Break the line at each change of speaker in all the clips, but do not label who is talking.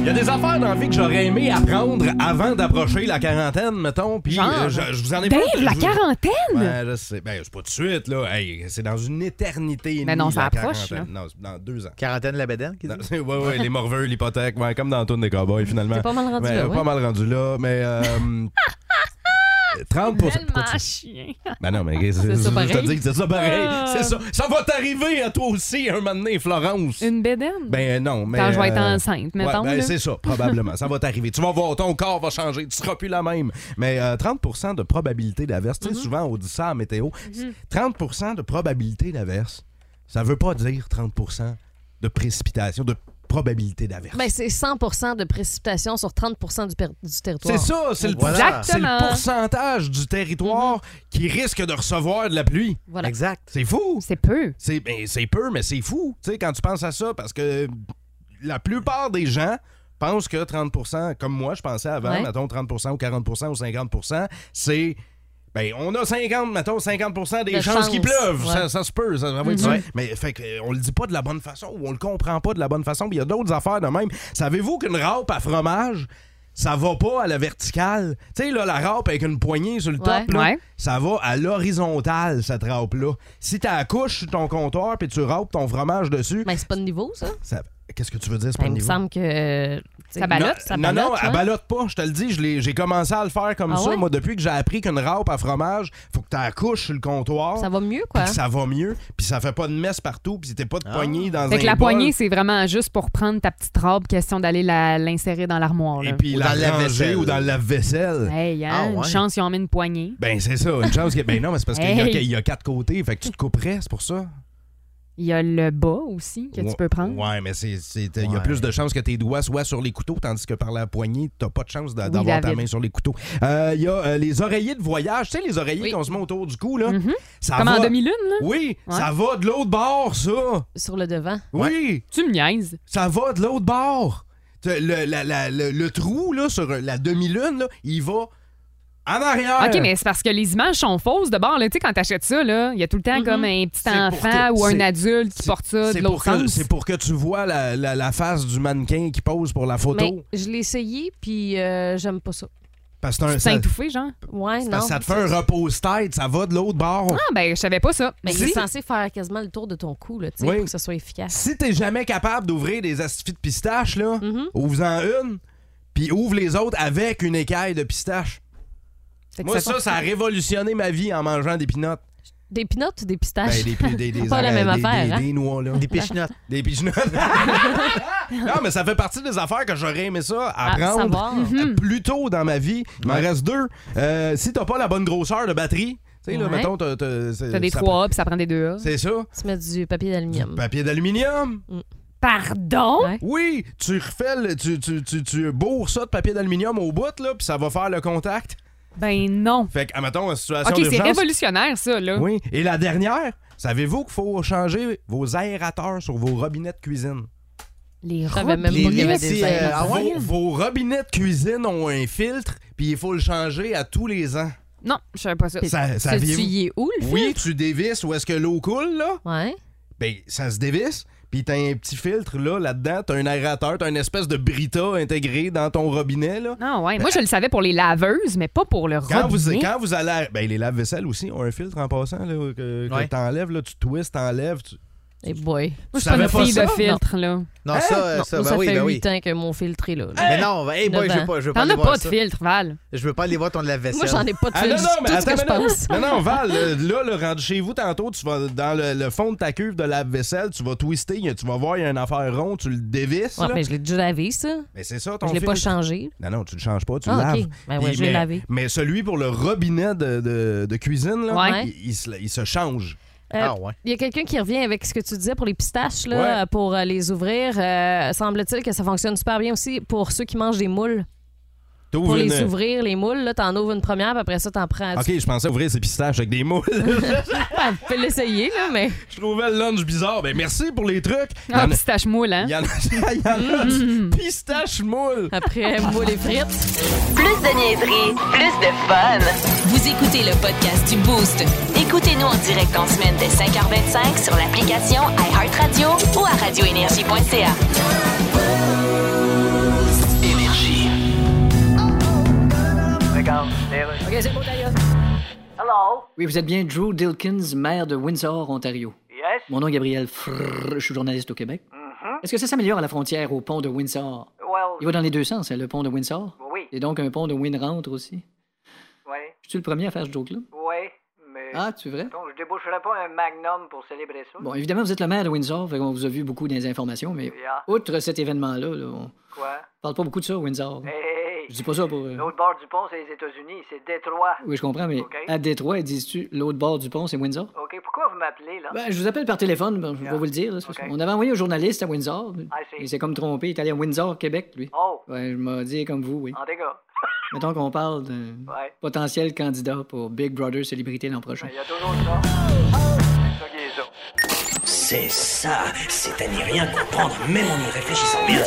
Il y a des affaires dans la vie que j'aurais aimé apprendre avant d'approcher la quarantaine, mettons. Puis
Genre?
euh, je, je vous en ai
Dave,
pas- je
la
vous-
quarantaine?
Ben, je sais. Ben, c'est pas tout de suite, là. Hey, c'est dans une éternité. et
Mais
demie,
Ben, non, ça
la
approche,
quarantaine. Non, c'est dans deux ans.
Quarantaine la bédaine, qui dit?
Non, c'est- ouais, ouais, les morveux, l'hypothèque, ouais, comme dans la tourne des cowboys, finalement.
T'es pas mal rendu
Mais,
là,
euh,
ouais.
Pas mal rendu là, mais. euh, 30 pourquoi tu-
chien.
Ben non, mais
ça,
c'est, je te
pareil.
dis que c'est ça pareil.
Ah.
C'est ça. Ça va t'arriver à toi aussi un moment donné, Florence.
Une bédaine?
Ben non, mais.
Quand je vais être
euh,
enceinte,
Ouais,
mettons.
ben,
là.
c'est ça, probablement. ça va t'arriver. Tu vas voir, ton corps va changer. Tu seras plus la même. Mais euh, 30 de probabilité d'averse.
Mhm.
Tu sais, souvent, on dit ça en météo. 30 de probabilité d'averse, ça veut pas dire 30 de précipitation, de probabilité d'averse.
Ben, c'est 100 de précipitation sur 30 du, per- du territoire.
c'est ça, c'est le,
Voilà.
c'est le
Exactement. Mhm.
pourcentage du territoire qui risque de recevoir de la pluie.
Voilà.
Exact.
C'est fou.
C'est peu.
C'est ben, c'est peu, mais c'est fou, tu sais, quand tu penses à ça, parce que la plupart des gens pensent que 30 comme moi, je pensais avant,
Ouais.
mettons 30 ou 40 ou 50 c'est. Ben, on a 50, mettons 50 des
De
chances
chance.
qu'il pleuve.
Ouais.
Ça, ça se peut, ça, ça va être ça.
Ouais.
Mais fait que, euh, on le dit pas de la bonne façon ou on le comprend pas de la bonne façon. Puis Il y a d'autres affaires de même. Savez-vous qu'une râpe à fromage, ça va pas à la verticale? Tu sais, là, la râpe avec une poignée sur le
Ouais.
top, là,
Ouais.
ça va à l'horizontale, cette râpe-là. Si tu accouches sur ton comptoir puis tu râpes ton fromage dessus,
Mais c'est pas de niveau, ça.
ça- qu'est-ce que tu veux dire? C'est
Ben,
pas le
il me
niveau?
semble que. euh, t'sais,
Ça bat- balotte,
non,
ça
non, non,
balotte,
elle
ouais.
balotte pas. Je te le dis, je l'ai- j'ai commencé à le faire comme
Ah
ça.
ouais?
Moi, depuis que j'ai appris qu'une râpe à fromage, faut que tu accouches sur le comptoir.
ça va mieux,
puis
quoi.
que ça va mieux, puis ça fait pas de messe partout, puis t'es pas de
Ah.
poignée dans un
Fait que la
bol.
poignée, c'est vraiment juste pour prendre ta petite robe, question d'aller la- l'insérer dans l'armoire.
Et
là.
puis euh,
Ou
la
dans la
ranger
vaisselle.
ou dans la vaisselle.
Hey, hein,
Ah, ouais.
une chance, ils ont mis une poignée.
Ben c'est ça, une chance que ben non, mais c'est parce qu'il y a-
Hey.
il y, a quatre côtés, fait que tu te couperais, c'est pour ça.
Il y a le bas aussi que
Ouais,
tu peux prendre.
Ouais, mais c'est c'est- il y a
Ouais.
plus de chances que tes doigts soient sur les couteaux tandis que par la poignée, t'as pas de chance d'a-
Oui,
d'avoir ta
David.
main sur les couteaux. Euh, Il y a euh, les oreillers de voyage, tu sais les oreillers
Oui.
qu'on se met autour du cou là.
Mhm.
Ça
Comme
va
en demi-lune, là.
Oui,
Ouais.
ça va de l'autre bord ça.
Sur le devant.
Oui.
Tu me niaises.
ça va de l'autre bord. Tu- Le, la- la- le- le trou là, sur la demi-lune, là, il va en arrière.
OK, mais c'est parce que les images sont fausses de bord. là. Tu sais, quand t'achètes ça, là, il y a tout le temps
Mhm.
comme un petit
C'est pour
enfant
que-
ou un
c'est-
adulte qui
c'est-
porte ça de
C'est pour,
l'autre
que-
sens.
c'est pour que tu vois la, la- la face du mannequin qui pose pour la photo.
Mais je l'ai essayé, puis euh, j'aime pas ça.
parce que c'est un-
Tu te
ça,
sens étouffé, genre?
Ouais,
c'est
non.
parce que ça te fait un repose-tête, ça va de l'autre bord.
Ah, ben, je savais pas ça.
Mais
Si.
c'est censé faire quasiment le tour de ton cou, là, tu sais,
Oui.
pour que ça soit efficace.
Si t'es jamais capable d'ouvrir des astifies de pistache, là,
Mm-hmm.
Mhm.
ouvre-en une, puis ouvre les autres avec une écaille de pistache.
Fait que
Moi,
ça-
ça, ça a révolutionné ma vie en mangeant des pinottes.
Des pinottes ou des
Ben,
Ah,
pistaches?
des, pi- des, des,
Pas la
oreilles-
même
des-
affaire,
des-
hein?
des noix, là.
Des pichenottes.
Des pigeons. non, mais ça fait partie des affaires que j'aurais aimé ça
À
apprendre
savoir.
Hmm.
euh, plus tôt dans ma vie. Il m'en
Ouais.
reste deux. Euh, si t'as pas la bonne grosseur de batterie, tu sais, là,
Ouais.
mettons, t'as, t'as- c'est-
T'as des
ça-
trois A, puis ça prend des deux A.
C'est ça.
Tu mets du papier d'aluminium.
Papier d'aluminium.
Hmm. Pardon?
Ouais.
Oui, tu refais, le- tu, tu, tu, tu bourres ça de papier d'aluminium au bout, là, puis ça va faire le contact.
Ben non.
Fait que, ah, mettons, en situation
OK, c'est
d'urgence.
révolutionnaire, ça, là.
Oui. Et la dernière, savez-vous qu'il faut changer vos aérateurs sur vos robinets de cuisine?
Les
Je savais
robes.
même pas qu'il y avait des
c'est, euh,
ailes.
ah ouais?
vos, vos robinets de cuisine ont un filtre, puis il faut le changer à tous les ans.
Non, je savais pas ça.
Ça, ça
Tu-
vient-
Tu y es où, le
Oui,
fil?
tu dévisses où est-ce que l'eau coule, là.
Ouais.
Ben, ça se dévisse, puis t'as un petit filtre, là, là-dedans. T'as un aérateur, t'as une espèce de Brita intégré dans ton robinet, là.
Non, ouais. Moi, je le savais pour les laveuses, mais pas pour le
Ben, Quand vous,
robinet.
quand vous allez. à- Ben, les lave-vaisselle aussi ont un filtre en passant, là, que, que
Ouais.
t'enlèves, là, tu twists, t'enlèves. tu-
Et boy.
Moi, je suis
savais
pas une
pas
fille
ça?
de filtre, là.
Non, ça, euh,
Non,
ça,
moi,
ben
ça
oui,
fait
ben oui.
huit ans que mon filtre est là.
Ah,
là.
Mais non, eh, hey boy,
Neuf
je veux
ans.
pas, je veux pas
T'en
aller
as pas
voir
de
ça.
filtre, Val.
Je veux pas aller voir ton
Moi,
lave-vaisselle.
j'en ai pas de
Ah,
fil.
non, non,
c'est
mais
tout ce
attends,
que je
mais non.
pense.
Non, non, Val, euh, là, le rendu chez vous tantôt, tu vas dans le, le fond de ta cuve de lave-vaisselle, tu vas twister, y a- tu vas voir, il y a une affaire ronde, tu le dévisses.
Ouais,
là.
mais je l'ai déjà lavé, ça.
Mais c'est ça, ton
Je l'ai pas
filtre.
changé.
Non, non, tu le changes pas, tu
Ah,
le
ok.
laves.
Ben ouais,
Il-
je l'ai
mais-
lavé.
Mais celui pour le robinet de, de- de cuisine, là,
Ouais.
il, il se, il se change.
Euh,
Ah ouais.
Il y a quelqu'un qui revient avec ce que tu disais pour les pistaches, là,
Ouais.
pour euh, les ouvrir. Euh, Semble-t-il que ça fonctionne super bien aussi pour ceux qui mangent des moules.
T'ouvres
pour les
une-
ouvrir, les moules. Là, t'en ouvres une première, puis après ça, t'en prends.
Ok, je pensais ouvrir ces pistaches avec des moules.
Tu peux l'essayer, là, mais.
je trouvais le lunch bizarre. Ben merci pour les trucs. Il y
Ah,
ben,
en a-
pistache moule, hein?
il y en a, il y en a du pistache moule.
Après, moules et frites.
Plus de niaiserie, plus de fun. Vous écoutez le podcast du Boost. Écoutez-nous en direct en semaine dès 5h25 sur l'application iHeartRadio ou à radioénergie.ca.
Oui, vous êtes bien Drew Dilkins, maire de Windsor, Ontario. Yes. Mon nom est Gabriel Frrrr, je suis journaliste au Québec.
Mm-hmm.
Est-ce que ça s'améliore à la frontière au pont de Windsor? Il va dans les deux sens, hein, le pont de Windsor. Oui. Et donc un pont de Winrentre aussi.
Oui,
Je suis le premier à faire ce joke-là.
oui, mais.
Ah, tu es vrai?
Donc, je déboucherai pas un magnum pour célébrer ça.
Bon, évidemment, vous êtes le maire de Windsor, fait qu'on vous a vu beaucoup des informations, mais
Yeah.
outre cet événement-là, là, on
Quoi?
parle pas beaucoup de ça, Windsor.
Hey, hey,
Je
hey.
dis pas ça pour... euh,
L'autre bord du pont, c'est les États-Unis, c'est Détroit.
Oui, je comprends, mais
Ok.
à Détroit, dis-tu, l'autre bord du pont, c'est Windsor?
OK, pourquoi vous m'appelez, là?
Ben, je vous appelle par téléphone, ben, je vais vous le dire. là, c'est parce
Ok.
qu'on avait envoyé un journaliste à Windsor.
see.
Il s'est comme trompé. Il est allé à Windsor, Québec, lui.
Oh,
Ouais, je m'en dis comme vous, oui.
en dégâts.
Mettons qu'on parle d'un
Ouais.
potentiel candidat pour Big Brother Célébrité l'an prochain.
Il y a toujours ça. C'est ça qui est ça.
C'est ça, c'est à n'y rien comprendre, même en y réfléchissant bien.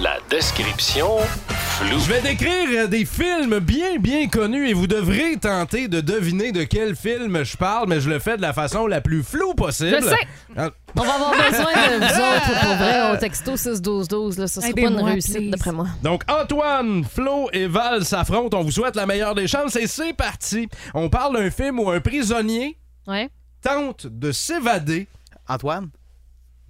La description floue.
Je vais décrire euh, des films bien, bien connus et vous devrez tenter de deviner de quel film je parle, mais je le fais de la façon la plus floue possible.
Je sais.
Ah,
On va avoir besoin de vous autres pour vrai au texto 6-12-12. là. Ça sera pas une
Aidez-moi,
réussite,
please.
d'après moi.
Donc Antoine, Flo et Val s'affrontent. On vous souhaite la meilleure des chances et c'est parti. On parle d'un film où un prisonnier
Ouais.
tente de s'évader.
Antoine?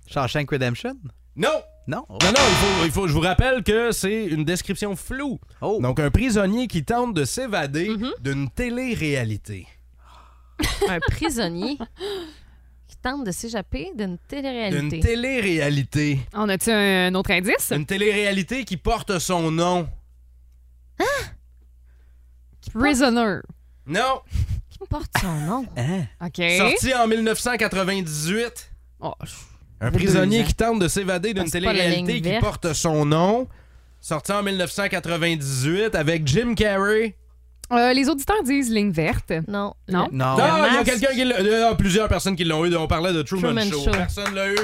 Shawshank Redemption?
Non!
Non.
Non, non, il faut, il faut- je vous rappelle que c'est une description floue.
Oh.
Donc, un prisonnier qui tente de s'évader d'une télé-réalité.
Un prisonnier qui tente de s'échapper d'une
D'une
télé-réalité.
télé-réalité.
On a-tu un autre indice?
Une télé-réalité qui porte son nom.
Prisoner.
Non!
qui porte son nom.
Hein?
OK.
Sorti en 1998.
Oh, je-
Un
Deux
prisonnier
ans.
qui tente de s'évader d'une
Ah, c'est pas la
télé-réalité
ligne
qui
verte.
porte son nom. Sorti en 1998 avec Jim Carrey.
Euh, les auditeurs disent ligne verte.
Non.
Non.
Le-
Non.
Ah, il y a
masque.
quelqu'un qui l'a- il y a plusieurs personnes qui l'ont eu. On parlait de Truman,
Truman
Show.
Show. Ah.
Personne l'a eu.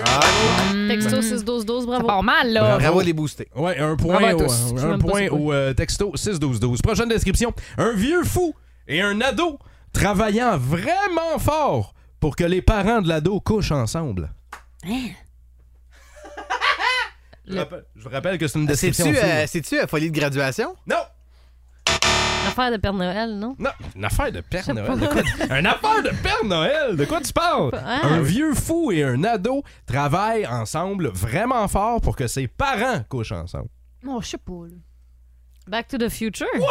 Mm. Texto 6-12-12,
Ça
bravo.
part mal, là.
Bravo les boostés.
Ouais, un
Bravo
point,
à
au,
tous. Je sais
un
même pas
point
c'est quoi.
au, euh, texto 6-12-12. Prochaine description. Un vieux fou et un ado travaillant vraiment fort pour que les parents de l'ado couchent ensemble.
Hein?
Je, rappelle, je vous rappelle que c'est une
C'est-tu
description. floue.
euh, c'est-tu, euh, folie de graduation?
Non!
L'affaire de Père Noël, non?
Non, une affaire de Père Noël. De quoi tu- une affaire de Père Noël. De quoi tu parles?
Ah.
Un vieux fou et un ado travaillent ensemble vraiment fort pour que ses parents couchent ensemble.
Non, Oh, je sais pas. Back to the Future?
Ah ouais,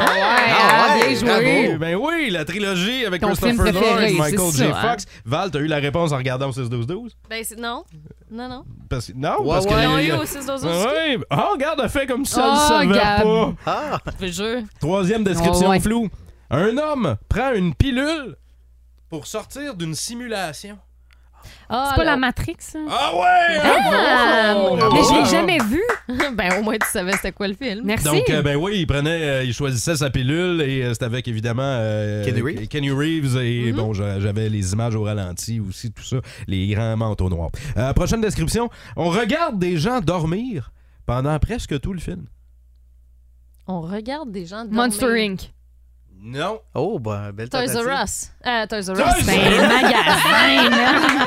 Ah
ah,
ouais,
bien joué.
Oui, ben oui, la trilogie avec
Ton
Christopher
film préféré,
Lloyd,
c'est
Michael J.
ça, hein?
Fox. Val, t'as eu la réponse en regardant au 6-12-12?
Ben, c'est- non. Non, non.
Parce que- non,
Ouais,
parce que...
ouais.
Ils l'ont eu au 6-12-12.
Ouais, Ah, regarde, elle fait comme ça,
Oh,
elle le savait
Gab.
pas.
Ah!
Je jure.
Troisième description
Oh, ouais.
floue. Un homme prend une pilule pour sortir d'une simulation.
Ah,
C'est pas la
là-
Matrix, ça?
Ah ouais!
Ah,
bravo!
Mais je l'ai
Bravo.
jamais vu.
ben, au moins, tu savais c'était quoi le film.
Merci.
Donc, euh, ben oui, il prenait, euh, il choisissait sa pilule et euh, c'était avec évidemment euh,
Kenny Reeves.
Kenny Reeves
Mm-hmm.
et bon, j'a- j'avais les images au ralenti aussi, tout ça, les grands manteaux noirs. Euh, prochaine description. On regarde des gens dormir pendant presque tout le film.
On regarde des gens dormir.
Monster Inc.
Non.
Oh, ben, belle
Toys
tentative.
R Us. Euh, Toys
Toys
R Us.
R Us.
Ben,
Magazine.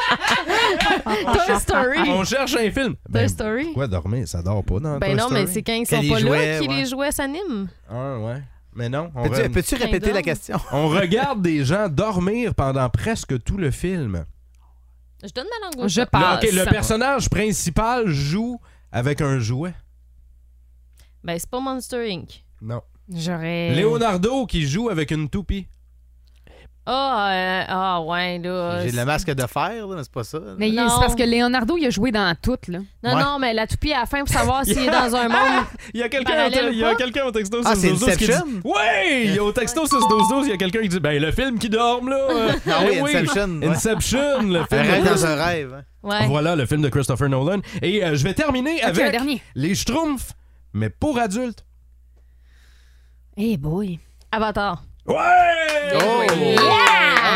Toy Story.
On cherche un film. Ben,
Ah. Toy Story.
Pourquoi dormir? Ça dort pas dans Toy
Ben non, mais
Story?
c'est quand ils
Quand
sont
les
pas
jouets,
là qu'ils
ouais.
les jouets s'animent.
Ah, ouais. Mais non. On,
Peux-tu
re-
peux-tu répéter
Ding-dong.
la question?
on regarde des gens dormir pendant presque tout le film.
Je donne ma langue au
Je
chat.
Le,
passe.
ok, le personnage principal joue avec un jouet.
Ben, c'est pas Monster Inc.
Non.
J'aurais.
Leonardo qui joue avec une toupie.
Ah, euh, ah, ouais, là.
J'ai
c'est-
le masque de fer, là, mais c'est pas ça.
Mais il-
Non.
c'est parce que Leonardo, il a joué dans tout, là.
Non,
Ouais.
non, mais la toupie à la fin pour savoir s'il est dans un monde.
Il y a quelqu'un au,
Parallèle
tel-
ou
il y a
pas?
quelqu'un au texto
Ah,
6
c'est
12 12 qui dit
Inception?
Ouais, il y a au texto 6 12 12, il y a quelqu'un qui dit ben le film qui dorme là. euh,
Ah oui,
eh
Inception, ouais.
Inception, le
Un
film. de
rêve
Christ-
dans un rêve. hein.
Ouais.
Voilà le film de Christopher Nolan et euh, je vais terminer
Ok, un
avec
dernier.
les Schtroumpfs mais pour adultes.
Eh boy.
Avatar.
Ouais!
Oh!
Ah,
Yeah!
j'aurais-
Yes,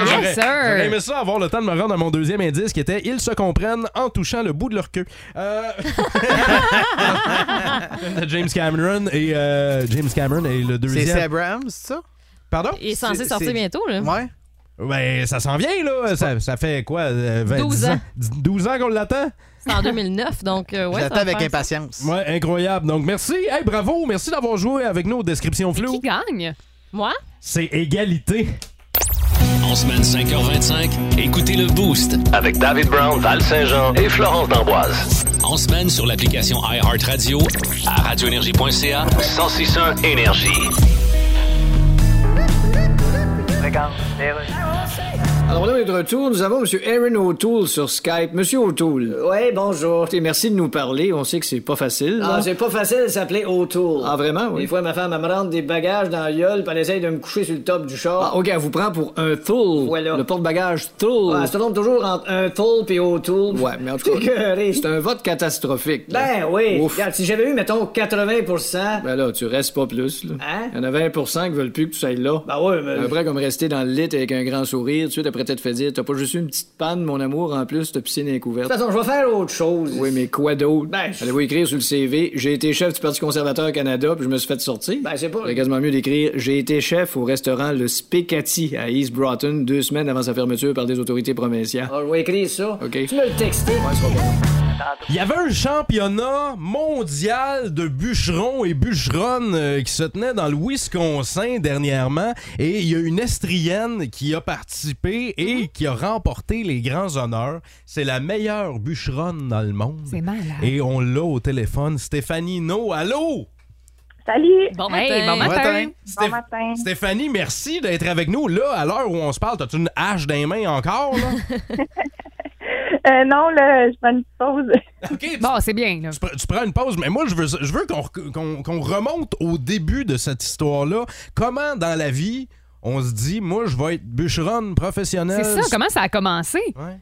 J'aurais
sir!
aimé ça avoir le temps de me rendre à mon deuxième indice qui était Ils se comprennent en touchant le bout de leur queue. Euh... Film de James Cameron et euh, James Cameron et le
C'est
deuxième.
Abrams, c'est ça?
Pardon?
Il est censé
C'est-
sortir
c'est-
bientôt, là.
Ouais.
Ben, ça s'en vient, là. Ça, ça fait quoi? euh, 20,
12
10
ans.
12 ans qu'on l'attend?
C'est en 2009, donc euh, ouais.
J'attends
ça va
avec
faire ça.
impatience.
Ouais, incroyable. Donc, merci. Hey, bravo. Merci d'avoir joué avec nous aux descriptions
Qui
floues.
gagne?
Moi?
C'est égalité.
En semaine 5h25, écoutez le Boost avec David Brown, Val Saint-Jean et Florence D'Amboise. En semaine sur l'application iHeartRadio à radioénergie.ca 1061 énergie.
Regarde, les rues.
Alors là, on est de retour. Nous avons M. Aaron O'Toole sur Skype. Monsieur O'Toole. Oui, bonjour. merci de nous parler. On sait que c'est pas facile.
Euh, Ah,
là.
c'est pas facile de s'appeler autour.
Ah, vraiment, oui.
Des fois, ma femme, elle me rentre des bagages dans la gueule, puis elle essaye de me coucher sur le top du char.
Ah, OK, elle vous prend pour un Thule.
Voilà.
Le porte-bagages Thule.
Ah, elle se trompe toujours entre un tour et autour.
ouais, mais en tout
C'est
cas,
écœuré.
c'est un vote catastrophique. là.
Ben oui.
Ouf.
Regarde, si j'avais eu, mettons, 80
Ben là, tu restes pas plus. Là.
Hein?
Il y en a 20 qui veulent plus que tu ailles là.
Ben oui, mais.
Après, comme rester dans le lit avec un grand sourire, tu sais, après t'être fait dire, t'as pas juste eu une petite panne, mon amour, en plus, ta piscine est
De
couverte.
toute façon, je vais faire autre chose.
Oui, mais quoi d'autre?
Ben, je-
Allez-vous écrire sur le CV, j'ai été chef du Parti conservateur Canada, puis je me suis fait sortir?
Ben, c'est pas.
C'est quasiment mieux d'écrire J'ai été chef au restaurant Le Spicati à East Broughton deux semaines avant sa fermeture par des autorités provinciales.
Ah, je vais écrire ça.
OK.
Tu me le texter.
Il y avait un championnat mondial de bûcherons et bûcheronnes euh, qui se tenait dans le Wisconsin dernièrement et il y a une Estrienne qui a participé
Mhm.
et qui a remporté les grands honneurs. C'est la meilleure bûcheronne dans le monde.
C'est malade.
Et on l'a au téléphone. Stéphanie No, allô?
Salut,
Bon matin.
Hey, bon matin!
bon
Stéph-
matin.
Stéphanie, merci d'être avec nous. Là, à l'heure où on se parle, t'as-tu une hache dans les mains encore? Là?
Euh, non, là, je prends une petite pause.
OK, tu-
Bon, c'est bien, là.
Tu, pre- tu prends une pause, mais moi, je veux, je veux qu'on, rec- qu'on- qu'on remonte au début de cette histoire-là. Comment, dans la vie, on se dit, moi, je vais être bûcheronne professionnelle?
C'est ça, comment ça a commencé?
Ouais.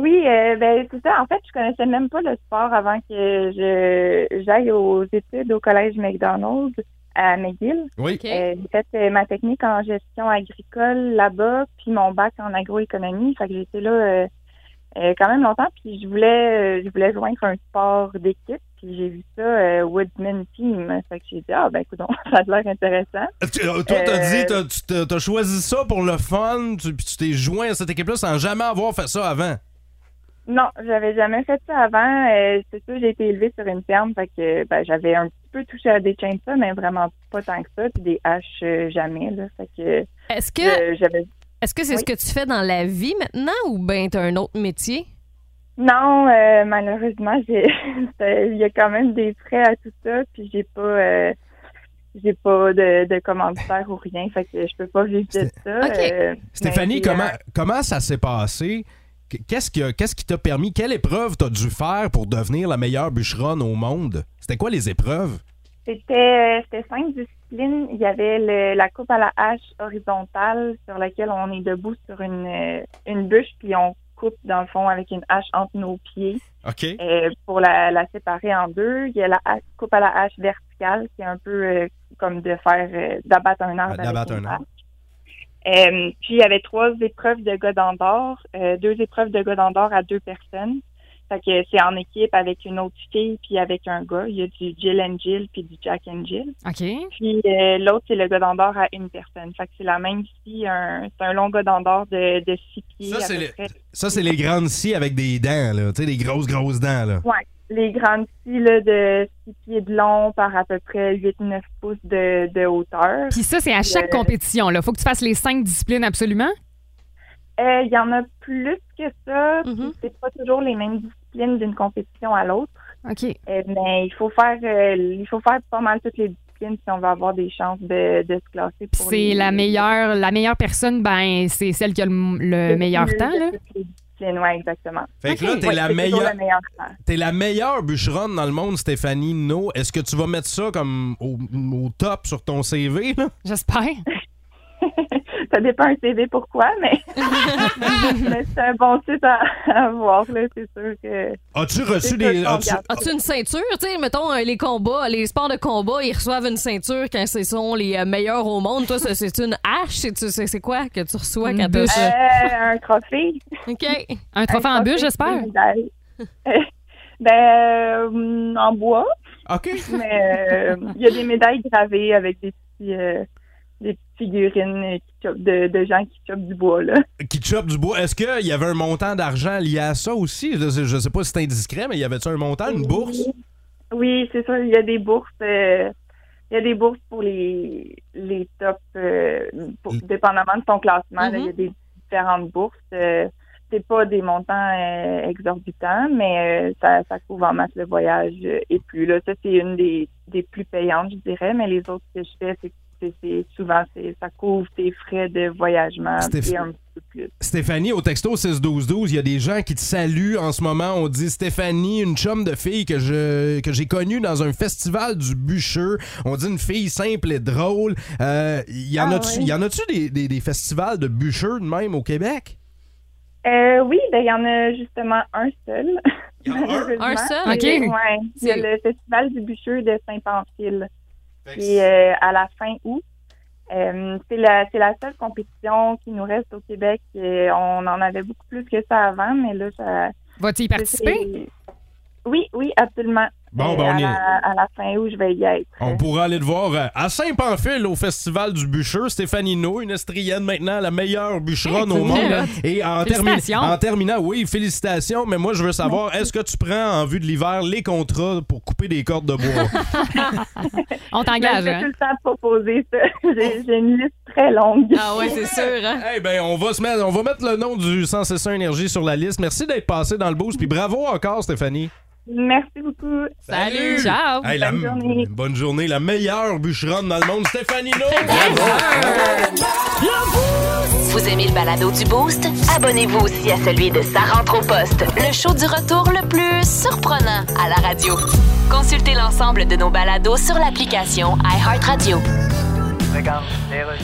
Oui, euh, ben, c'est ça. En fait, je connaissais même pas le sport avant que je j'aille aux études au collège McDonald's à McGill.
Oui.
OK.
Euh, j'ai fait euh, ma technique en gestion agricole là-bas, puis mon bac en agroéconomie. Fait que j'étais là euh, euh, quand même longtemps, puis je voulais euh, je voulais joindre un sport d'équipe. Puis j'ai vu ça, euh, Woodman Team. Fait que j'ai dit, ah, ben, écoute, ça a l'air intéressant.
Tu- euh, toi, t'as
Euh,
dit, t'as, tu t'as- t'as choisi ça pour le fun, tu- puis tu t'es joint à cette équipe-là sans jamais avoir fait ça avant.
Non, j'avais jamais fait ça avant. Euh, c'est sûr, j'ai été élevée sur une ferme, fait que ben, j'avais un petit peu touché à des chainsaws, mais vraiment pas tant que ça, puis des haches euh, jamais. Là, fait que
Est-ce que
euh, j'avais.
est-ce que c'est
Oui.
ce que tu fais dans la vie maintenant ou ben t'as un autre métier?
Non, euh, malheureusement, j'ai c'est- il y a quand même des frais à tout ça, puis j'ai pas euh, j'ai pas de, de commanditaire ou rien, fait que je peux pas vivre de ça.
Ok.
euh,
Stéphanie,
mais-
comment, comment ça s'est passé? Qu- Qu'est-ce, qui a- qu'est-ce qui t'a permis? Quelle épreuve t'as dû faire pour devenir la meilleure bûcheronne au monde? C'était quoi les épreuves?
euh, C'était c'était cinq disciplines. Il y avait le- la coupe à la hache horizontale sur laquelle on est debout sur une, euh, une bûche puis on coupe dans le fond avec une hache entre nos pieds
OK.
euh, pour la, la séparer en deux. Il y a la hache- coupe à la hache verticale qui est un peu euh, comme de faire euh, d'abattre un arbre.
Ah, d'abattre
avec une
un arbre.
hache. Euh, puis il y avait trois épreuves de godin d'or, euh, deux épreuves de godin d'or à deux personnes. Fait que c'est en équipe avec une autre fille puis avec un gars. Il y a du Jill and Jill puis du Jack and Jill.
OK.
Puis euh, l'autre, c'est le godin d'or à une personne. Fait que c'est la même scie, un, c'est un long godin d'or de, de six pieds.
Ça,
à
c'est
peu
le-
près.
Ça, c'est les grandes scies avec des dents, là. Tu sais, des grosses, grosses dents, là.
Ouais. Les grandes scies là, de six pieds de long par à peu près 8-9 pouces de, de hauteur.
Puis ça, c'est à chaque
Euh,
compétition, là. Faut que tu fasses les cinq disciplines absolument.
Euh, Il y en a plus que ça. puis
Mhm.
C'est pas toujours les mêmes disciplines d'une compétition à l'autre.
OK.
Euh, mais il faut faire euh, il faut faire pas mal toutes les disciplines si on veut avoir des chances de, de se classer
Puis
pour
c'est
les-
la meilleure, la meilleure personne, ben c'est celle qui a le, le
les-
meilleur temps, là.
toutes les disciplines, ouais, exactement.
Fait que là, t'es
Ouais,
la
c'est hein. toujours
meilleure.
la meilleure place.
T'es la meilleure bûcheronne dans le monde, Stéphanie No. Est-ce que tu vas mettre ça comme au, au top sur ton CV? là?
J'espère.
ça dépend un CV pourquoi, mais, mais c'est un bon titre à, à avoir, là, c'est sûr que.
As-tu
C'est
reçu
ça,
des.
je
as-tu-
regarde.
As-tu une ceinture? Tu sais, mettons, euh, les combats, les sports de combat, ils reçoivent une ceinture quand ils sont les euh, meilleurs au monde. Toi, ça, c'est une hache? C'est- C'est c'est quoi que tu reçois quand t'as
Euh, un trophée.
OK.
Un trophée en bûche, j'espère?
une médaille. ben, euh, en bois.
OK.
Mais euh, il y a des médailles gravées avec des petits. euh, des petites figurines euh, qui chopent de, de gens qui chopent du bois, là.
Qui chope du bois. Est-ce qu'il y avait un montant d'argent lié à ça aussi? Je, je sais pas si c'est indiscret, mais y avait-tu un montant, une bourse?
Oui, c'est ça. Il y a des bourses. euh, il y a des bourses pour les, les tops, euh, pour-
Mm.
dépendamment de ton classement. là, il y a des différentes bourses. Euh, c'est pas des montants euh, exorbitants, mais euh, ça, ça couvre en masse le voyage euh, et plus. Là, ça, c'est une des, des plus payantes, je dirais, mais les autres que je fais, c'est c'est- c'est souvent c'est- ça couvre tes frais de voyagement
C'était-
et un petit peu plus.
Stéphanie, au texto 6-12-12, il y a des gens qui te saluent en ce moment. On dit Stéphanie, une chum de fille que je que j'ai connue dans un festival du bûcheux. On dit une fille simple et drôle. Euh, y en
Ah
a-tu
oui.
y en a-tu des, des- des festivals de bûcheux de même au Québec?
Euh, oui, ben, il y en a justement un seul. Malheureusement.
Un seul?
Et,
Ok.
ouais, il y a
C'est-
le Festival du bûcheux de Saint-Pamphile.
Fait que
Et à la fin août, euh, c'est la, c'est la seule compétition qui nous reste au Québec. Et on en avait beaucoup plus que ça avant, mais là, ça.
Vas-tu y participer?
c'est- Oui, oui, absolument.
Bon, ben,
Euh,
on
à,
y
la,
est.
à la fin août, je vais y être.
On pourra aller le voir euh, à Saint-Pamphile au Festival du Bûcheux. Stéphanie No, une estrienne maintenant, la meilleure bûcheronne
Hey,
au
c'est
monde.
vrai.
Et en,
Félicitations.
termi- en terminant, oui, félicitations, mais moi je veux savoir, est-ce que tu prends en vue de l'hiver les contrats pour couper des cordes de bois?
On
Mais Je
t'engage,
vais tout
hein?
le temps proposer ça. J'ai j'ai une liste très longue.
Oh. Ah ouais, c'est sûr. hein?
Eh ben, on va se mettre, on va mettre le nom du 161 Énergie sur la liste. Merci d'être passé dans le boost, puis bravo encore, Stéphanie.
Merci beaucoup.
Salut! Ciao!
Hey, la-
Bonne journée.
bonne journée, la meilleure bûcheronne dans le monde, Stéphanie No. Bravo.
Vous aimez le balado du Boost? Abonnez-vous aussi à celui de Sa rentre au poste, le show du retour le plus surprenant à la radio. Consultez l'ensemble de nos balados sur l'application iHeartRadio.
Regarde, les rues.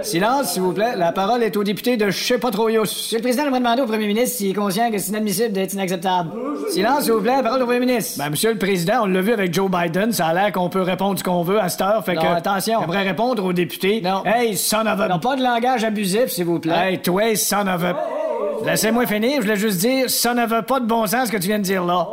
Silence, s'il vous plaît. La parole est au député de Je sais pas trop Yous.
Monsieur le Président, on va demander au Premier ministre s'il est conscient que c'est inadmissible d'être inacceptable. Silence, s'il vous plaît, parole au Premier ministre.
Ben, monsieur le Président, on l'a vu avec Joe Biden, ça a l'air qu'on peut répondre ce qu'on veut à cette heure, fait
Non,
que...
attention.
J'aimerais répondre au député.
Non.
Hey, son of a...
Non, pas de langage abusif, s'il vous plaît.
Hey, toi, son of a... Laissez-moi finir, je voulais juste dire, ça ne veut pas de bon sens ce que tu viens de dire là.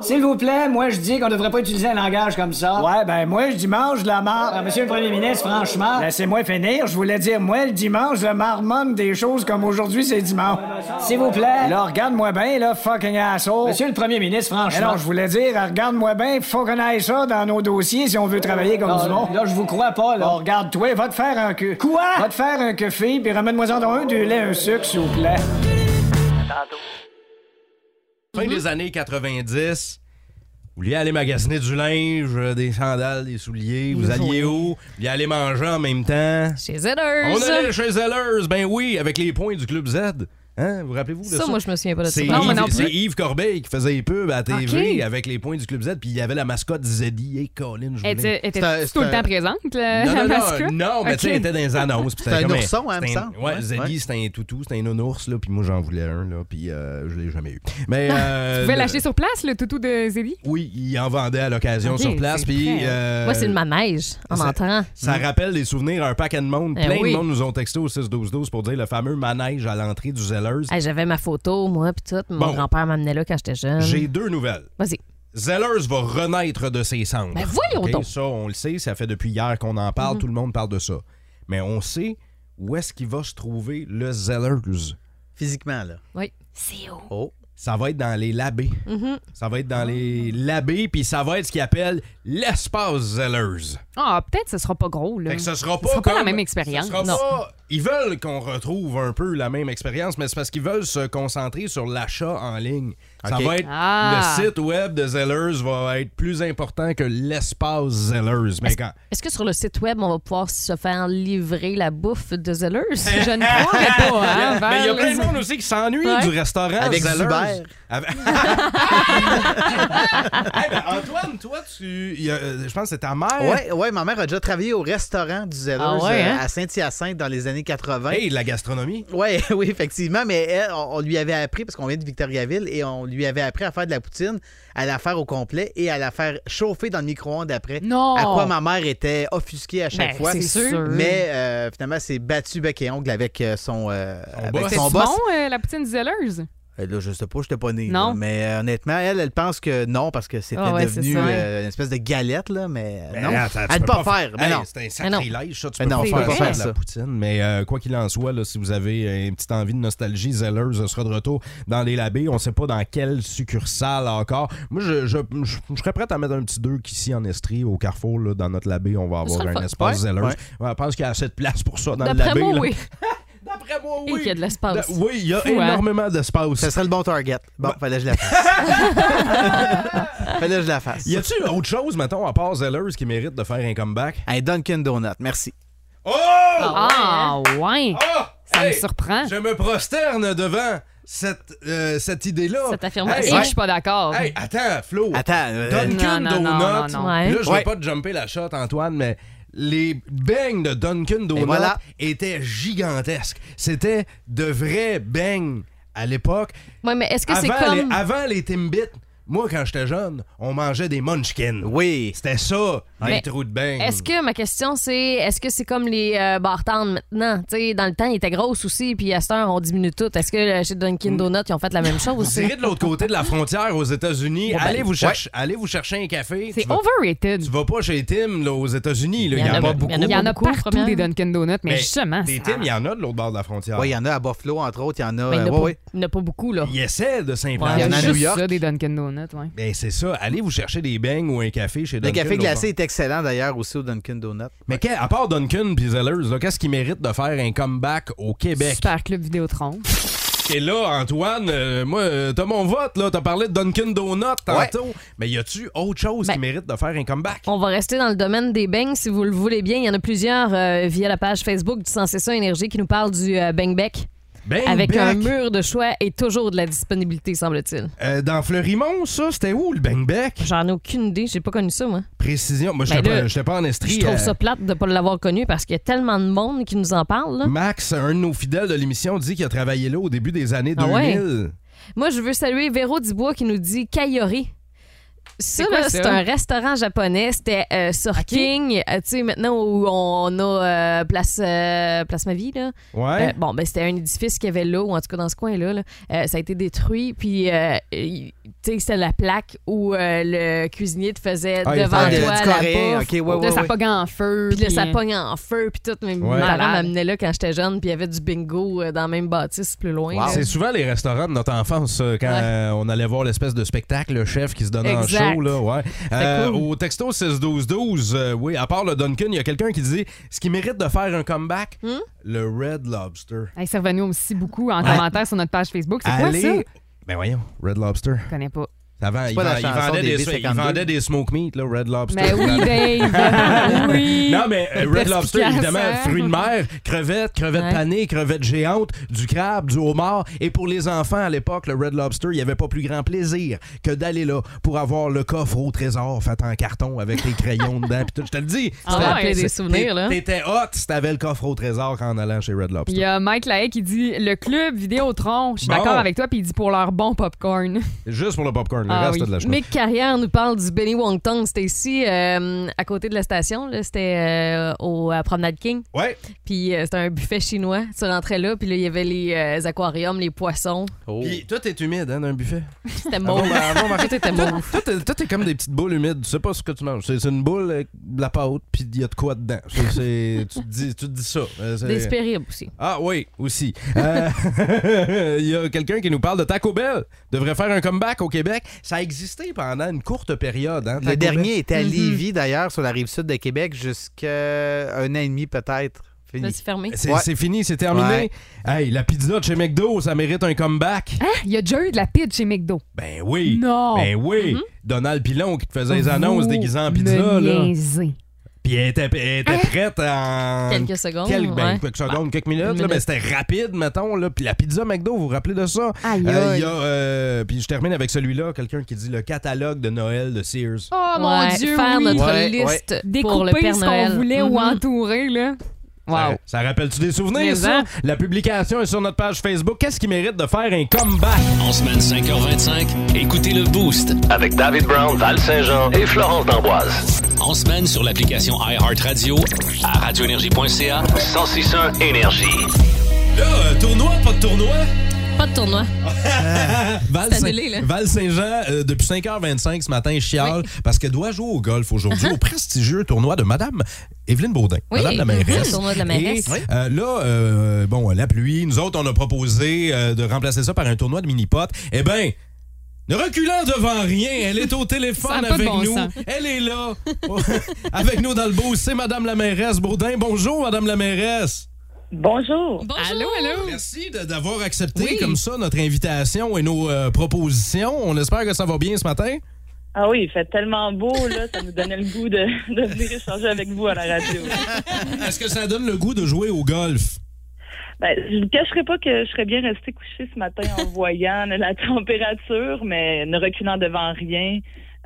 S'il vous plaît, moi je dis qu'on devrait pas utiliser un langage comme ça.
Ouais, ben moi, le dimanche, la marre.
Ah, monsieur le Premier ministre, franchement.
Laissez-moi finir, je voulais dire, moi, le dimanche, je marmonne des choses comme aujourd'hui, c'est dimanche.
S'il vous plaît.
Là, regarde-moi bien, là, fucking asshole.
Monsieur le Premier ministre,
Mais
franchement.
non, je voulais dire, regarde-moi bien, faut qu'on aille ça dans nos dossiers si on veut travailler comme
Non,
du monde.
là, je vous crois pas, là.
Bon, regarde-toi, va te faire un queue.
Quoi?
Va te faire un café, puis ramène-moi-en dans un, du lait, un sucre, s'il vous plaît.
Mm-hmm.
Fin des années 90. Vous vouliez aller magasiner du linge, euh, des sandales, des souliers. Vous alliez où? Vous vouliez aller manger en même temps.
Chez
On allait
Zellers!
chez Zellers, ben oui, avec les points du Club Z. Hein? Vous rappelez-vous de ça?
Ça, moi, je me souviens pas de ça.
C'est
Non, mais non
Yves,
plus.
c'est Yves Corbeil qui faisait les pubs à la TV
Ok.
avec les points du Club Z, puis il y avait la mascotte Zeddy et Colin. Je
Elle
voulais-
était- était
C'est un-
tout le
c'est un-
temps présente, la
non, non,
la
non,
mascotte?
non, mais
Ok.
tu sais, elle était dans les annonces. puis
C'était
comme
un ourson, hein,
c'était
me
un-
semble.
Ouais,
Ouais.
Zeddy,
Ouais.
c'était un toutou, c'était un nounours, là, puis moi, j'en voulais un, là, puis euh, je l'ai jamais eu. Mais. euh,
Tu pouvais
le-
lâcher sur place le toutou de Zélie?
Oui, il en vendait à l'occasion
Ok,
sur place,
c'est
puis.
prêt.
euh,
Moi, c'est le manège, en
ça-
entrant.
Ça rappelle des souvenirs à un paquet de monde.
Eh
Plein
oui.
de monde nous ont texté au 6-12-12 pour dire le fameux manège à l'entrée du Zellers.
Hey, J'avais ma photo, moi, puis tout. Mon
Bon.
grand-père m'amenait là quand j'étais jeune.
J'ai deux nouvelles.
euh, Vas-y.
Zellers va renaître de ses cendres.
Ben voyons
OK,
donc. Mhm.
Ça, on le sait, ça fait depuis hier qu'on en parle, tout le monde parle de ça. Mais on sait où est-ce qu'il va se trouver le Zellers.
Physiquement, là.
Oui. C'est haut.
Oh.
Ça va être dans les labés.
Mhm.
Ça va être dans les labés, puis ça va être ce qu'ils appellent l'espace Zellers.
Ah, peut-être ce sera pas gros, là.
Fait que ce sera pas
sera pas la
comme-
même expérience.
ce sera
Non.
pas- ils veulent qu'on retrouve un peu la même expérience, mais c'est parce qu'ils veulent se concentrer sur l'achat en ligne. Ça
Ok.
va être
Ah.
le site web de Zellers va être plus important que l'espace Zellers. Mais quand
Est-ce que sur le site web, on va pouvoir se faire livrer la bouffe de Zellers?
Eh,
Je ne crois pas, hein,
Mais il y a
Val?
plein de monde aussi qui s'ennuie
Ouais.
du restaurant
Avec
Zellers.
Zuber.
Avec- Hey, ben, Antoine, toi, tu. il y a- euh, je pense que c'est ta mère.
Ouais, ouais, ma mère a déjà travaillé au restaurant du Zellers
Ah ouais,
euh,
hein?
à Saint-Hyacinthe dans les années 80.
Hey, de la gastronomie.
Ouais, oui, effectivement, mais elle, on, on lui avait appris, parce qu'on vient de Victoriaville, et on lui avait appris à faire de la poutine, à la faire au complet et à la faire chauffer dans le micro-ondes après.
Non!
À quoi ma mère était offusquée à chaque
Ben,
fois.
c'est sûr.
Mais euh, finalement, c'est battu bec et ongle avec euh, son, euh, avec
C'est
son boss.
bon, euh, la poutine Zellers?
Euh, Là, je sais pas, je n'étais pas né.
Non.
là, mais euh, honnêtement, elle, elle pense que non, parce que c'était
Ah ouais, c'est
devenu
ça.
euh, une espèce de galette, là, mais euh,
Ben,
non.
attends,
à
tu
ne
peux
pas,
pas
faire.
fa-
Mais
Hey,
non.
c'est un sacrilège, ça, tu peux
Mais non,
pas
faut
faire,
pas
ça
faire
de la
ça.
poutine. Mais euh, quoi qu'il en soit, là, si vous avez euh, une petite envie de nostalgie, Zellers sera de retour dans les labés. On sait pas dans quelle succursale encore. Moi, je, je, je- je serais prêt à mettre un petit 2 qu'ici en Estrie, au Carrefour, là, dans notre labé, on va
Ce
avoir
serait le
un
fun.
espace
Ouais.
Zellers.
Ouais.
Ouais, je pense qu'il y a assez de place pour ça dans le
D'après
labé.
moi,
là.
oui.
D'après moi,
oui. Il y a de l'espace.
Da- oui, il y a
Fou, hein?
énormément d'espace. Ça
serait le bon target. Bon, fallait que je la fasse. fallait que je la fasse.
Y a-tu autre chose, mettons, à part Zellers qui mérite de faire un comeback?
Un Dunkin' Donut, merci.
Oh!
Ah, ouais! Ça me
Hey,
surprend.
Je me prosterne devant cette, euh, cette idée-là.
Cette affirmation.
Hey,
Et je suis pas d'accord.
Hey, attends, Flo.
Attends. euh,
Non,
Dunkin'
non, non,
Donut.
non, non. Ouais.
Là, je vais
Ouais.
pas te jumper la shot, Antoine, mais les beignes de Dunkin' Donut
voilà.
étaient gigantesques. C'était de vrais beignes à l'époque.
Ouais, mais est-ce que c'est
Avant les-
comme.
avant les Timbits, moi, quand j'étais jeune, on mangeait des munchkins.
Oui.
C'était ça,
Mais
les trous de beignes.
Est-ce que ma question c'est est-ce que c'est comme les euh, bartendes maintenant Tu sais, dans le temps ils étaient grosses aussi puis à cette heure on diminue tout. Est-ce que euh, chez
Mm.
Dunkin Donuts ils ont fait la même chose
Vous irez de l'autre côté de la frontière aux États-Unis.
Bon, ben,
allez, vous
ouais.
chercher, allez vous chercher un café.
C'est
Tu vas-
overrated.
Tu vas pas chez Tim là, aux États-Unis. là, Il n'y en, a pas beaucoup.
Il y en a
beaucoup,
partout
première.
des Dunkin' Donuts, mais
Mais
justement.
Des
ça-
Tim, il y en a de l'autre bord de la frontière.
Oui, il y en a à Buffalo, entre autres. Ben, Il y en a. euh,
Mais
Ben,
il y en a
ouais,
pas-
ouais.
il n'y en a pas beaucoup là.
Ils essaient de
Ouais,
s'implanter.
Il y en a à
juste
New York.
ça, des Dunkin' Donuts, ouais.
Ben, c'est ça. Allez vous chercher des beignes ou un café chez
Le
Dunkin'.
café
là,
glacé est excellent d'ailleurs aussi au Dunkin' Donut.
Mais qu'à- à part Duncan et Zellers, là, qu'est-ce qui mérite de faire un comeback au Québec?
Super Club Vidéotron.
Et là, Antoine, euh, moi, euh, t'as mon vote, là. T'as parlé de Dunkin' Donut tantôt. Mais y a-tu autre chose qui mérite de faire un comeback?
On va rester dans le domaine des bangs si vous le voulez bien. Il y en a plusieurs euh, via la page Facebook du Sans C'est ça Énergie qui nous parlent du euh, bang bec.
Bang
avec
Ben, Bec.
un mur de choix et toujours de la disponibilité, semble-t-il.
Euh, dans Fleurimont, ça, c'était où le Bang Bec?
J'en ai aucune idée, j'ai pas connu ça, moi.
Précision. Moi, je
Ben
n'étais
là,
pas, j'étais pas en Estrie.
Je trouve
euh,
ça plate de pas l'avoir connu parce qu'il y a tellement de monde qui nous en parle. là.
Max, un de nos fidèles de l'émission, dit qu'il a travaillé là au début des années
Ah
2000.
ouais? Moi, je veux saluer Véro Dubois qui nous dit Kayori.
C'est
Ça,
quoi
là,
ça?
c'est un restaurant japonais. C'était euh, sur King, euh, tu sais, maintenant où on a euh, Place, euh, place Ma Vie, là.
Ouais.
Euh, bon, ben, c'était un édifice qu'il y avait là, ou en tout cas dans ce coin-là. là. Euh, ça a été détruit, puis, euh, y- tu sais, c'était la plaque où euh, le cuisinier te faisait
Ah, il
devant toi
faisait du
la
Euh, coréen,
bouffe.
ok, ouais, ouais,
Là, ça
ouais.
pogne
en feu.
puis là,
puis-
ça pogne en feu, puis tout. Mais
Ouais.
Ma mère
Malade.
m'amenait là quand j'étais jeune, puis il y avait du bingo euh, dans la même bâtisse plus loin. là.
C'est souvent les restaurants de notre enfance euh, quand
Ouais.
euh, on allait voir l'espèce de spectacle, le chef qui se donnait en
Exact.
show. Là, ouais.
C'était
Euh,
cool.
Au texto 6-12-12, euh, oui, à part le Duncan, il y a quelqu'un qui dit ce qui mérite de faire un comeback,
Hmm?
le Red Lobster.
euh, Hey, c'est revenu aussi beaucoup en
Ouais.
commentaire sur notre page Facebook. C'est quoi ça?
Allez- Ben voyons, Red Lobster.
Je connais pas.
Avant,
C'est
il,
pas la
vend- il
chanson
vendait
des
des, il
B52.
vendait des smoke meat, là, Red Lobster.
Ben
Mais oui, Dave! oui!
Non, mais euh, Red Lobster,
Perspicace,
évidemment,
hein?
fruits de mer, crevettes, crevettes
Ouais.
panées, crevettes géantes, du crabe, du homard. Et pour les enfants, à l'époque, le Red Lobster, il n'y avait pas plus grand plaisir que d'aller là pour avoir le coffre au trésor fait en carton avec les crayons dedans. Puis tout, je te le dis.
Ah ouais,
c'était-
des
c'est-
souvenirs,
t'é-
là.
T'étais hot si t'avais le coffre au trésor en allant chez Red
Il
Lobster.
y a euh, Mike Lahaye qui dit le club Vidéotron. Je suis
Bon.
d'accord avec toi, puis il dit pour leur bon popcorn.
Juste pour le popcorn, le
Ah
reste
oui.
de la chose.
Mick Carrière nous parle du Benny Wong Tong. C'était ici, euh, à côté de la station. là. C'était euh, au à Promenade King.
Ouais.
Puis euh, c'était un buffet chinois. Tu rentrais là, puis là, il y avait les euh, aquariums, les poissons.
Oh.
Puis tout est humide hein, dans un buffet.
C'était
Ah bon,
mauve.
ben, ah bon, ben,
Tout était mauve.
Tout, est- tout est comme des petites boules humides. Tu sais pas ce que tu manges. C'est c'est une boule avec de la pâte, puis il y a de quoi dedans. C'est- c'est- tu, te dis, tu te dis ça. Euh, c'est-
Des Spéribes aussi.
Ah oui, aussi. Euh, Il y a quelqu'un qui nous parle de Taco Bell. Devrait faire un comeback au Québec. Ça a existé pendant une courte période. hein,
Le
Taco Bell.
Mhm.
dernier était à Lévis d'ailleurs, sur la rive sud de Québec, jusqu'à un an et demi peut-être. Fini.
c'est fermé.
C'est c'est fini, c'est terminé. Hey, la pizza de chez McDo, ça mérite un comeback.
Hein? Il y a déjà eu de la pide chez McDo.
Ben oui.
Non.
Ben oui. Donald Pilon qui te faisait les annonces
Vous
déguisant en pizza.
me
là.
niaisez.
Puis elle était, elle était prête en.
Quelques
Oh,
secondes,
Quel- ben,
ouais.
quelques
Bah,
secondes, quelques minutes. là,
minute.
ben, c'était rapide, mettons. Là. Puis la pizza McDo, vous vous rappelez de ça?
Aïe,
Euh,
aïe.
il y a, euh, puis je termine avec celui-là, quelqu'un qui dit le catalogue de Noël de Sears.
Oh mon
Ouais,
Dieu,
faire
oui.
notre
Ouais,
liste
ouais.
pour le
Découper
Père
ce
Noël.
qu'on voulait ou
Mhm.
entourer, là.
Ça, Euh, ça rappelle-tu des souvenirs,
Mais hein?
ça?
en.
La publication est sur notre page Facebook. Qu'est-ce qui mérite de faire un comeback?
En semaine 5h25, écoutez le Boost.
Avec David Brown, Val Saint-Jean et Florence d'Amboise.
En semaine sur l'application iHeartRadio à radioénergie.ca 1061 Énergie.
Là, euh, tournoi, pas de tournoi?
Pas de tournoi.
Val,
C'est
Saint-
annulé, là.
Val Saint-Jean, euh, depuis 5h25 ce matin, chiale parce qu'elle doit jouer au golf aujourd'hui au prestigieux tournoi de Madame Evelyne Baudin,
Oui,
Madame la
Mhm.
mairesse.
le tournoi de la mairesse.
Et, euh, là, euh, bon, la pluie, nous autres, on a proposé euh, de remplacer ça par un tournoi de mini-potes. Eh bien, ne reculant devant rien, elle est au
Ça
téléphone
a pas de
avec
bon
nous.
sens.
Elle est là, avec nous dans le beau. C'est Madame la mairesse Baudin. Bonjour, Madame la mairesse.
Bonjour.
Allô, allô.
Merci de- d'avoir accepté comme ça notre invitation et nos euh, propositions. On espère que ça va bien ce matin.
Ah oui, il fait tellement beau, là, ça nous donnait le goût de, de venir échanger avec vous à la radio.
Est-ce que ça donne le goût de jouer au golf?
Ben, je ne cacherai pas que je serais bien restée couchée ce matin en voyant la température, mais ne reculant devant rien,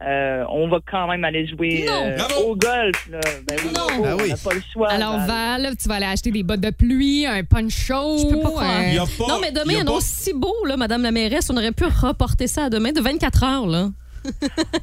euh, on va quand même aller jouer
Non.
euh,
Bravo.
au golf. Là. Ben oui,
Non.
bravo,
Ah oui.
on n'a pas le choix.
Alors,
Val.
Val, tu vas aller acheter des bottes de pluie, un euh, poncho. Je peux pas
croire.
Y a pas-
Euh, non, mais
y
demain, il
a pas-
annonce si beau, là, Madame la mairesse. On aurait pu reporter ça à demain de 24 heures. Là.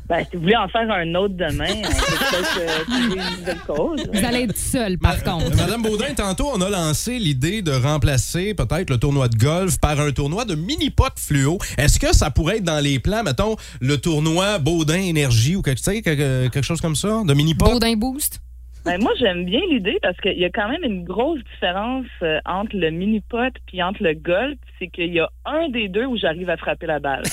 Ben, si vous voulez en faire un autre demain, on peut peut-être euh, trouver une nouvelle cause.
Vous allez être seul, par contre.
Euh, Madame Baudin, tantôt, on a lancé l'idée de remplacer peut-être le tournoi de golf par un tournoi de mini-potes fluo. Est-ce que ça pourrait être dans les plans, mettons, le tournoi Baudin Énergie ou quelque, tu sais, quelque, quelque chose comme ça, de mini-potes?
Baudin Boost.
Ben, moi, j'aime bien l'idée parce qu'il y a quand même une grosse différence euh, entre le mini-pot puis entre le golf. C'est qu'il y a un des deux où j'arrive à frapper la balle.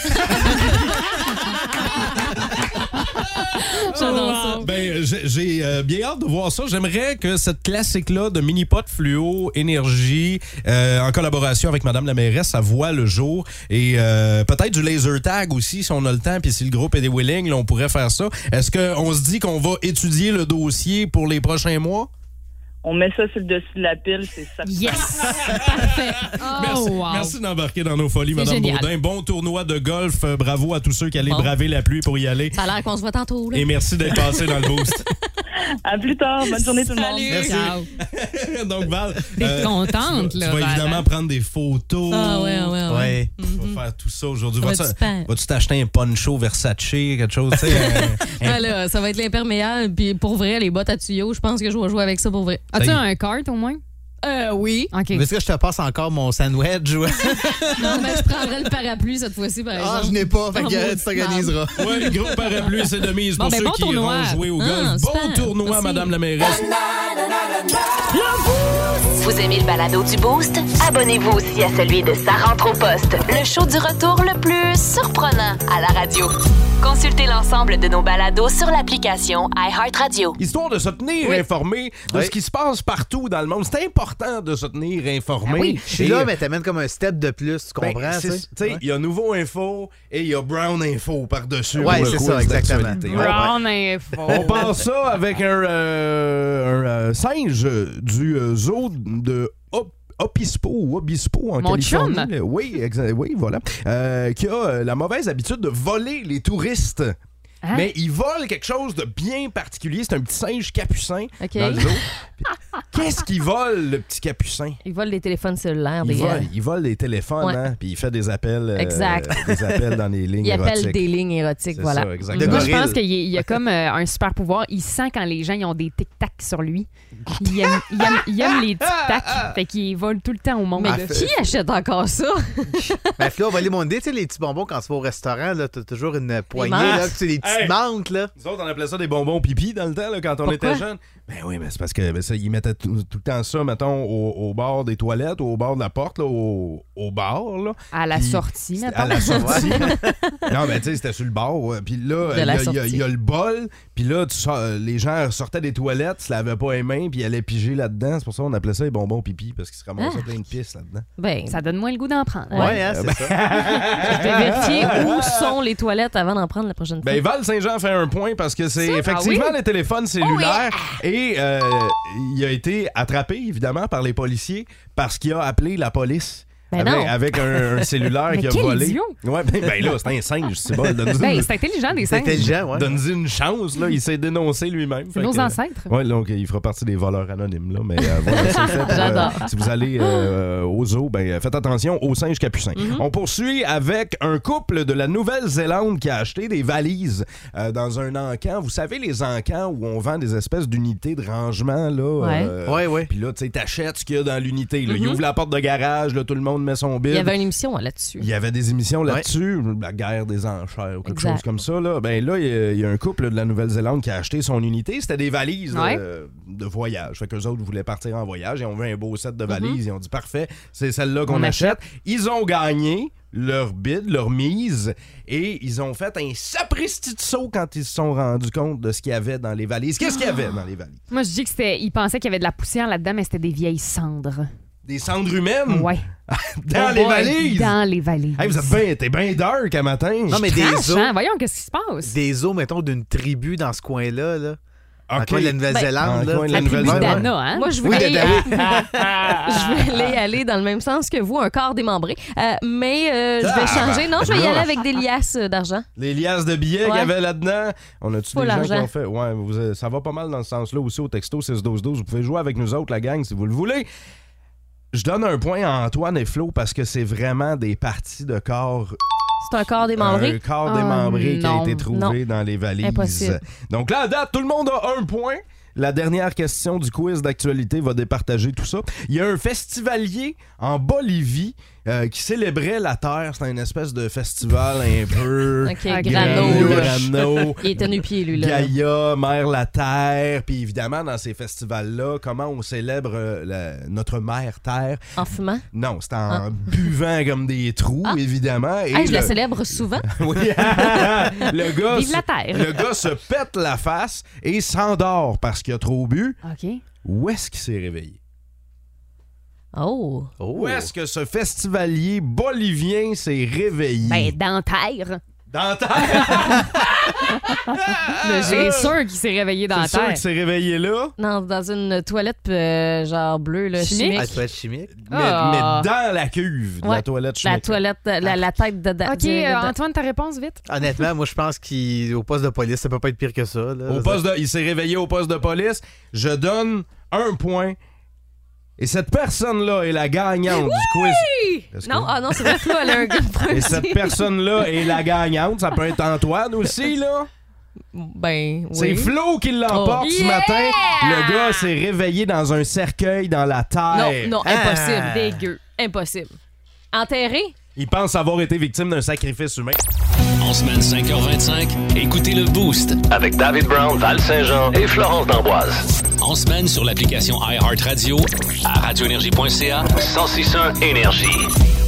J'adore ça.
Ben, j'ai- j'ai euh, bien hâte de voir ça. J'aimerais que cette classique-là de mini pot fluo, énergie, euh, en collaboration avec Madame la mairesse, ça voit le jour. Et euh, peut-être du laser tag aussi, si on a le temps, puis si le groupe est des willing, là, on pourrait faire ça. Est-ce qu'on se dit qu'on va étudier le dossier pour les prochains mois?
On met ça sur le dessus de la pile, c'est ça.
Yes! Parfait. Oh,
Merci,
wow.
merci d'embarquer dans nos folies, Madame
génial.
Baudin. Bon tournoi de golf. Euh, Bravo à tous ceux qui allaient
Bon.
braver la pluie pour y aller.
Ça a l'air qu'on se voit tantôt. Là.
Et merci d'être passé dans le boost.
À plus tard. Bonne journée tout le monde.
Salut.
Merci.
Ciao.
Donc, Val.
T'es
euh,
contente,
tu
là.
vas
Val,
évidemment
hein?
prendre des photos.
Ah ouais, ouais, ouais.
Ouais, tu vas faire tout ça aujourd'hui.
Ça va
Vas-tu-
être super.
Vas-tu t'acheter un poncho Versace, quelque chose, tu sais? un- un-
Ah, là, ça va être l'imperméable. Puis pour vrai, les bottes à tuyaux, je pense que je vais jouer avec ça pour vrai.
As-tu
Ça y est.
un cart au moins?
Euh, oui.
OK.
Est-ce que je te passe encore mon sandwich? ou-
Non, mais je prendrais le parapluie cette fois-ci, par exemple.
ah, je n'ai pas, fait
Oh,
Ah,
que euh, tu
maudit
t'organiseras.
Ouais, le groupe parapluie, c'est de mise
Bon,
pour
ben,
ceux
bon
qui
tournoi.
iront jouer au golf.
Ah,
bon
super.
tournoi,
Merci.
Madame la mairesse.
Vous aimez le balado du Boost? Abonnez-vous aussi à celui de Sa rentre au poste, le show du retour le plus surprenant à la radio. Consultez l'ensemble de nos balados sur l'application iHeartRadio.
Histoire de se tenir informé de
Oui.
ce qui se passe partout dans le monde. C'est important de se tenir informé.
Ah
Ben oui.
Je suis
Et,
là, mais t'amènes comme un step de plus, tu
ben,
comprends?
c'est-
tu sais?
tu sais, il y a Nouveau Info et il y a Brown Info par-dessus.
Ouais,
pour le
c'est
coup,
ça,
cette
exactement.
actualité.
Brown info.
On part ça avec un, euh, un, euh, singe du euh, zoo de Op- Obispo ou Obispo en
Mon
Californie.
chum.
là. Oui, exa- oui, voilà. Euh, qui a euh, la mauvaise habitude de voler les touristes.
Hein?
Mais il vole quelque chose de bien particulier. C'est un petit singe capucin
OK.
dans le zoo. Puis, Qu'est-ce qu'il vole, le petit capucin?
Ils volent les téléphones cellulaires.
Il
des, euh,
vole, il vole des téléphones,
Ouais.
hein, puis il fait des appels, euh,
Exact.
des appels dans les lignes
ils appellent
érotiques.
des lignes érotiques.
C'est
Voilà.
ça,
Moi,
exactement.
je
De gorille.
pense qu'il y a- il y a comme euh, un super pouvoir. Il sent quand les gens ils ont des tic-tacs sur lui. Il aime, il aime- il aime les tic-tacs. Fait qu'il vole tout le temps au monde.
Mais qui achète encore ça?
ah, Ben, Flo, on va aller monter, tu sais, les petits bonbons quand tu vas au restaurant, là, t'as toujours une poignée,
mantes.
là, que tu les petites
Hey.
mantes, là.
Nous autres, on appelait ça des bonbons pipi dans le temps, là, quand on
Pourquoi?
était jeunes. Ben oui, mais c'est parce que ben ça, ils mettaient tout, tout le temps ça, mettons, au, au bord des toilettes, au bord de la porte, là, au, au bar. Là.
À la
Puis-
sortie,
c'était-
mettons.
À la sortie. non, mais tu sais, c'était sur le bord. ouais. Puis
De
là, il y
la
a- il y, a-
sortie.
il y a le bol. Puis là, tu sors- les gens sortaient des toilettes, se lavaient pas les mains, puis ils allaient piger là-dedans. C'est pour ça qu'on appelait ça les bonbons pipi, parce qu'ils se ramassaient
Ah.
plein de pisses là-dedans.
Ben, ça donne moins le goût d'en prendre.
Ouais, hein, c'est ça.
Je vais vérifier où sont les toilettes avant d'en prendre la prochaine fois.
Ben, Val Saint-Jean fait un point parce que c'est effectivement
Ah oui?
le
Oh,
téléphone cellulaire et euh, il a été attrapé évidemment par les policiers parce qu'il a appelé la police.
Ben
avec,
non.
avec un, un cellulaire
Mais
qui a
quel
volé.
idiot.
Ouais, ben, ben là, c'est un singe, c'est bon. donne-nous
Ben,
une-
c'est intelligent des
C'est
singes.
intelligent, ouais. Donne-y une chance, là. Il s'est dénoncé lui-même.
C'est
Fait
nos
que- euh,
ancêtres.
Ouais, donc il fera partie des voleurs anonymes, là. Mais euh, voilà, c'est fait pour, euh,
J'adore.
si vous allez euh, aux zoo, ben, euh, faites attention aux singes capucins.
Mm-hmm.
On poursuit avec un couple de la Nouvelle-Zélande qui a acheté des valises euh, dans un encan. Vous savez, les encans où on vend des espèces d'unités de rangement, là.
Ouais.
ouais, Puis là, tu sais, t'achètes ce qu'il y a dans l'unité. là. Il
Mhm.
ouvre la porte de garage, là, tout le monde met son
Il
bill.
y avait une émission hein, là-dessus.
Il y avait des émissions là-dessus, la guerre des enchères ou quelque
Exact.
chose comme ça. Là. Ben là, il y a- il y, a un couple de la Nouvelle-Zélande qui a acheté son unité. C'était des valises
Ouais.
euh, de voyage. Fait qu'eux autres voulaient partir en voyage et on veut un beau set de
Mhm.
valises. Ils ont dit parfait, c'est celle-là qu'on
On
achète. Ils ont gagné leur bid, leur mise, et ils ont fait un sapristi de saut quand ils se sont rendus compte de ce qu'il y avait dans les valises. Qu'est-ce qu'il y avait dans les valises?
Moi, je dis que c'était. Ils pensaient qu'il y avait de la poussière là-dedans, mais c'était des vieilles cendres.
Des cendres humaines?
Ouais.
dans
Oh
les
boy,
valises?
Dans les valises.
Hey, vous êtes bien, t'es bien dark à matin.
Non, mais des
Trash,
os.
hein? Voyons, qu'est-ce qui se passe?
Des eaux, mettons, d'une tribu dans ce coin-là. Là. Dans le
Ok.
coin de la Nouvelle-zélande.
Ben, dans le coin de
là.
la La tribu Nouvelle-Zélande.
d'Anna, hein?
Moi, je
Oui,
voulais,
de- de-
je voulais aller dans le même sens que vous, un corps démembré. Euh, mais euh,
Ah!
je vais changer. Non, je vais y aller avec des liasses euh, d'argent.
Les liasses de billets qu'il y
Ouais.
avait là-dedans. On a-tu
Faut
des gens qui
l'argent.
ont fait. Ouais, vous, euh, ça va pas mal dans ce sens-là aussi au texto 6-12-12. Vous pouvez jouer avec nous autres, la gang, si vous le voulez. Je donne un point à Antoine et Flo parce que c'est vraiment des parties de corps.
C'est un corps démembré.
Un corps
Ah,
démembré qui a
non,
été trouvé
non.
dans les valises.
Impossible.
Donc là, à date, tout le monde a un point. La dernière question du quiz d'actualité va départager tout ça. Il y a un festivalier en Bolivie euh, qui célébrait la Terre. C'est un espèce de festival un peu...
Ok,
Grano,
grano. là.
Grano.
Il était nu-pied, lui. Là.
Gaïa, Mère la Terre, puis évidemment, dans ces festivals-là, comment on célèbre euh, la- notre Mère Terre?
En fumant.
Non, c'est en buvant comme des trous, évidemment. et
Ah, je la
le-
célèbre souvent.
Oui. le gars,
Vive
se-
la Terre.
le gars se pète la face et s'endort parce qu'il a trop bu.
OK.
Où est-ce qu'il s'est réveillé?
Oh.
Où est-ce que ce festivalier bolivien s'est réveillé?
Ben, dans terre.
Dans la Terre!
Mais J'ai sûr qu'il s'est réveillé dans
Ah! C'est sûr
terre.
qu'il s'est réveillé là?
Non, dans une toilette euh, genre bleue, là, chimique.
Ah, ça peut être chimique.
Mais,
Ah.
mais dans la cuve de
Ouais.
la toilette chimique.
La toilette, euh, la, la tête de...
OK, euh, Antoine, ta réponse vite.
Honnêtement, moi, je pense qu'au poste de police, ça peut pas être pire que ça. là.
Au poste de- il s'est réveillé au poste de police. Je donne un point. Et cette personne-là est la gagnante du quiz. Est-ce que-
Non, ah non, c'est vrai, Flo, elle a un gars de
Et
premier.
cette personne-là est la gagnante. Ça peut être Antoine aussi, là.
Ben, oui.
C'est Flo qui l'emporte
Oh.
ce
Yeah!
matin. Le gars s'est réveillé dans un cercueil dans la terre. Hein?
Non, non, impossible. Dégueu. Impossible. Enterré?
Il pense avoir été victime d'un sacrifice humain.
En semaine 5h25, écoutez le Boost.
Avec David Brown, Val Saint-Jean et Florence D'Amboise.
En semaine sur l'application iHeartRadio à radioénergie.ca 1061 Énergie.